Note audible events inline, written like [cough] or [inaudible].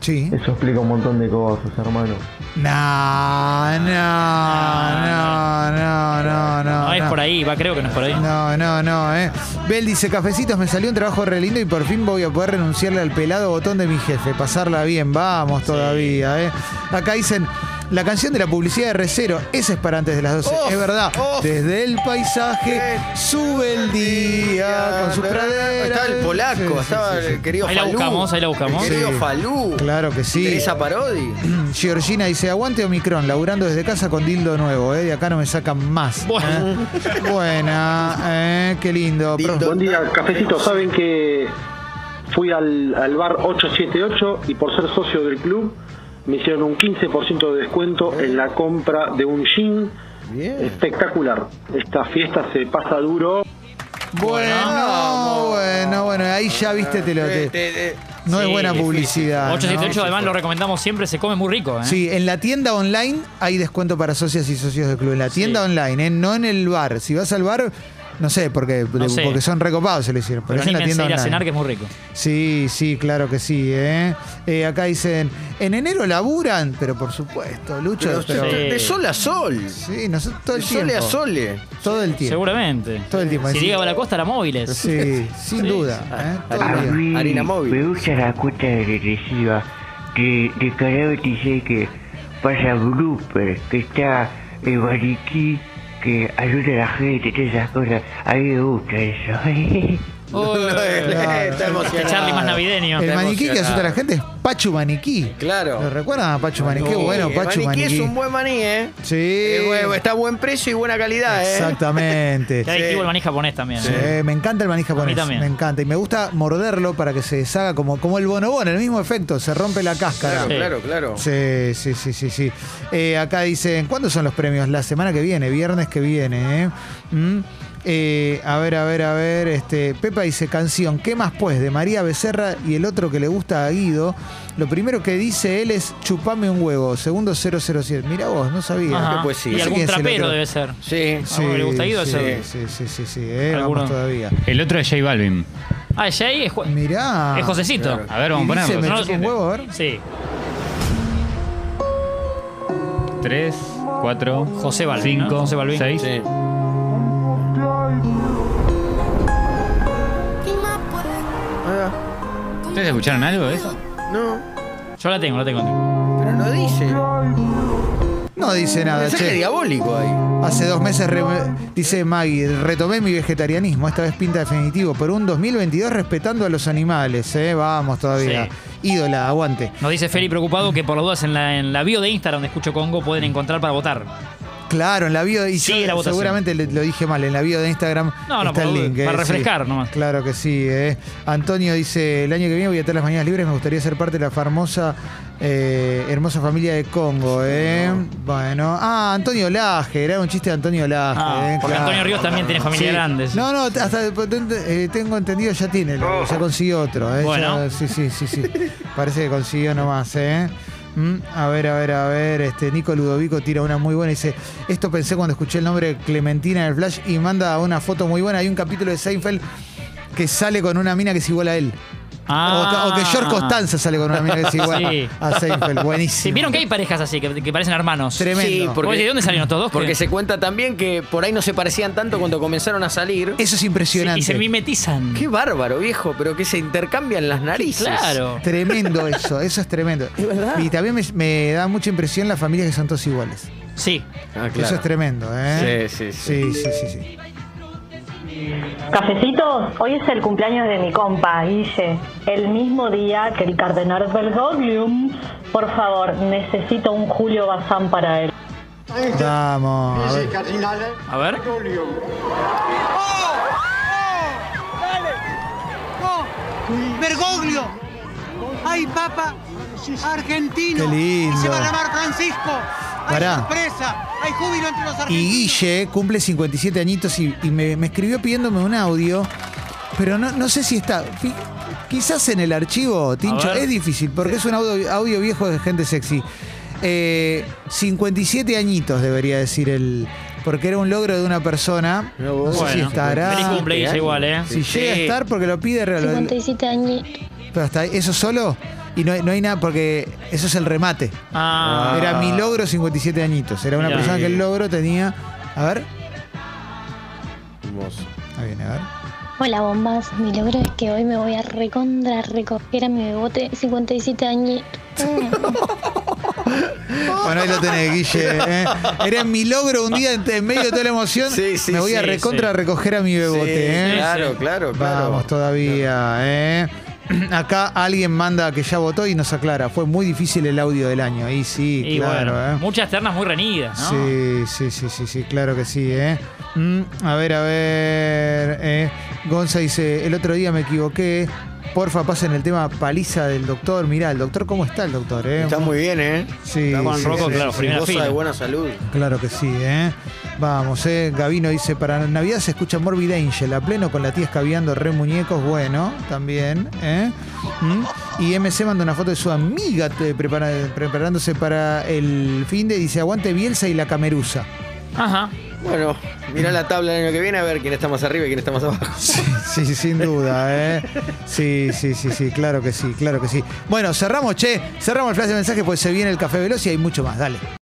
Sí. Eso explica un montón de cosas, hermano. No, no, no, no, no, no. No es por ahí, va, creo que no es por ahí. No, no, no, eh. Bel dice, cafecitos, me salió un trabajo re lindo y por fin voy a poder renunciarle al pelado botón de mi jefe. Pasarla bien, vamos todavía, eh. Acá dicen, La canción de la publicidad de R0, esa es para antes de las 12. Oh, es verdad. oh. Desde el paisaje Eh. sube el día ah, con sus praderas. Estaba el Sí, sí, polaco, sí, estaba sí. el querido Ahí la Falú. buscamos, ahí la buscamos. El querido Sí. Falú. Claro que sí. Teresa Parodi. Mm, Georgina dice, aguante Omicron, laburando desde casa con dildo nuevo, ¿eh? de acá no me sacan más. Bueno. ¿eh? Buena, ¿eh? qué lindo. Dildo. Pro- Buen día, cafecito. Saben que fui al, al bar 878 y por ser socio del club me hicieron un 15% de descuento en la compra de un jean Bien. espectacular. Esta fiesta se pasa duro. Bueno, bueno, bueno, ahí ya viste, te lo... te- Eh, te- te- no es Sí, buena difícil. publicidad. ¿no? 878, además lo recomendamos siempre, se come muy rico. ¿eh? Sí, en la tienda online hay descuento para socias y socios del club. En la tienda online, ¿eh? no en el bar. Si vas al bar, no sé, porque, No sé. porque son recopados, se lo hicieron. Pero, Pero es en la anímense tienda a ir a online. cenar, que es muy rico. Sí, sí, claro que sí. ¿eh? Eh, acá dicen, en enero laburan, pero por supuesto, Lucho. Pero Pero, sí. De sol a sol. sí, nosotros todo De el sole a tiempo. sole. Todo el tiempo. Seguramente. Todo el tiempo. Si Sí. Diego la costa, era móviles. Sí, sin Sí. duda. ¿eh? Todo Ah, el día. Harina- harina móvil. Me gusta la cuota regresiva de, de Carao dice que pasa Blooper, que está el bariquí que ayuda a la gente, todas esas cosas. A mí me gusta eso. [laughs] [laughs] [laughs] Está Este Charlie más emocionado. navideño. El Está maniquí que emocionado. asusta a la gente es Pachu Maniquí. Claro. ¿Lo recuerdan a Pachu Maniquí? Sí, bueno, el Pachu maniquí Maniquí. es un buen maní, ¿eh? Sí. Eh, bueno, está a buen precio y buena calidad, ¿eh? [laughs] Exactamente. Está adictivo el maní japonés también. ¿eh? Sí, me encanta el maní japonés. también. Me encanta. Y me gusta morderlo para que se deshaga como, como el bonobón, el mismo efecto. Se rompe la cáscara. Claro, claro, claro. Sí, sí, sí, sí, sí. Eh, acá dicen, ¿cuándo son los premios? La semana que viene, viernes que viene, ¿eh? Mm. Eh, a ver, a ver, a ver. Este, Pepa dice canción, ¿qué más pues? De María Becerra y el otro que le gusta a Guido. Lo primero que dice él es chupame un huevo, segundo 007. Mira vos, no sabía. Ajá. que poesía. Y pues No sé algún quién es el trapero otro. debe ser. Sí. Sí, ¿Algo que le gusta a Guido? sí, Ese- sí, sí, sí, sí, eh, Alguno. vamos todavía. El otro es J Balvin. Ah, es Jay es, Ju- Mirá. es Josecito. A ver, vamos a Y dice, ponerlo. me eh, No chupa lo un siente. huevo, a ver. Sí, 3, 4, José Balvin, ¿no? José Balvin. 6. Sí. Ah, ¿Ustedes escucharon algo de eso? no, yo la tengo, la tengo. pero no dice. No dice nada, Mensaje che. diabólico ahí. Hace dos meses, re- dice Maggie, retomé mi vegetarianismo, esta vez pinta definitivo, pero un 2022 respetando a los animales, ¿eh? Vamos todavía. Ídola, aguante. Nos dice Feli preocupado que por las dudas en la, en la bio de Instagram de Escucho Congo pueden encontrar para votar. Claro, en la bio, y Sí, yo la votación. seguramente le- lo dije mal, en la bio de Instagram No, no, está el por- link. ¿eh? para refrescar Sí. nomás. Claro que sí. ¿eh? Antonio dice, el año que viene voy a estar las mañanas libres, me gustaría ser parte de la famosa, eh, hermosa familia de Congo. ¿eh? Bueno, ah, Antonio Laje, era un chiste de Antonio Laje. Ah, ¿eh? porque Claro. Antonio Ríos también tiene familia Sí. grande. sí. No, no, hasta eh, tengo entendido ya tiene, lo- ya consiguió otro. eh, Oh. Bueno. ya- sí, sí, sí, sí. Parece que consiguió nomás, ¿eh? Mm, a ver, a ver, a ver. Este Nico Ludovico tira una muy buena y dice: Esto pensé cuando escuché el nombre de Clementina en el Flash y manda una foto muy buena. Hay un capítulo de Seinfeld que sale con una mina que es igual a él. O Ah. ca- O, que George Costanza sale con una mina que es igual [laughs] Sí. a Seinfeld. Buenísimo. Sí, vieron que hay parejas así, que, que parecen hermanos. Tremendo. Sí, Vos porque, decís, ¿de dónde salieron estos dos? Porque ¿Qué? se cuenta también que por ahí no se parecían tanto cuando comenzaron a salir. Eso es Sí, impresionante. y se mimetizan. Qué bárbaro, viejo, pero que se intercambian las narices. Claro. Tremendo eso, eso es tremendo. Y también me, me da mucha impresión las familias que son todos iguales. Sí. Ah, claro. Eso es tremendo, ¿eh? Sí, sí, Sí, sí, sí. sí. Cafecitos, hoy es el cumpleaños de mi compa, Guille. El mismo día que el cardenal Bergoglium. Por favor, necesito un Julio Bazán para él. Vamos. a ver. A ver. Bergoglio. Ay, papa. Argentino. Qué lindo. Se va a llamar Francisco. Hay Pará. sorpresa. Hay júbilo entre los Y argentinos. Guille cumple 57 añitos y, y me, me escribió pidiéndome un audio, pero no, no sé si está. Fi- Quizás en el archivo, Tincho, ver. es difícil porque es un audio, audio viejo de gente sexy. Eh, 57 añitos debería decir el. Porque era un logro de una persona. Mirá No vos. sé si Bueno. estará. Feliz cumple, Guille, igual, ¿eh? Si llega a Sí. estar porque lo pide real- años. Pero hasta ahí, eso solo y no, hay- no hay nada porque eso es el remate. Ah. Era mi logro 57 añitos. Era una Mirá. persona que el logro tenía. A ver. Hermoso. Ahí viene, a ver. Hola, bombas. Mi logro es que hoy me voy a recontra recoger a mi bebote 57 años. [laughs] Bueno, ahí lo tenés, Guille. ¿eh? Era mi logro un día en en medio de toda la emoción. me voy a sí, recontra sí. recoger a mi bebote. Sí, ¿eh? claro, claro, claro. Vamos todavía. ¿eh? [clears throat] Acá alguien manda que ya votó y nos aclara. Fue muy difícil el audio del año. Ahí sí, Y claro. bueno, ¿eh? muchas ternas muy reñidas, ¿no? Sí, sí, sí, sí, sí, claro que sí, ¿eh? Mm, a ver, a ver. eh. Gonza dice, el otro día me equivoqué. Porfa, pasen el tema paliza del doctor. Mirá, el doctor, ¿cómo está el doctor? Eh? Está muy bien, ¿eh? Sí, Está sí, Rocco, sí, claro, sí. primera Goza de fila. de buena buena salud. Claro que sí, ¿eh? Vamos, ¿eh? Gavino dice, para Navidad se escucha Morbid Angel, a pleno con la tía escabeando re muñecos, bueno, también, ¿eh? Mm. Y MC manda una foto de su amiga te- prepara- preparándose para el fin de, dice, aguante Bielsa y la Camerusa. Ajá. Bueno, mirá la tabla el año que viene a ver quién está más arriba y quién está más abajo. Sí, [laughs] sí, sí, sin duda, ¿eh? Sí, sí, sí, sí, claro que sí, claro que sí. Bueno, cerramos, che, cerramos el flash de mensaje, pues se viene el café veloz y hay mucho más, dale.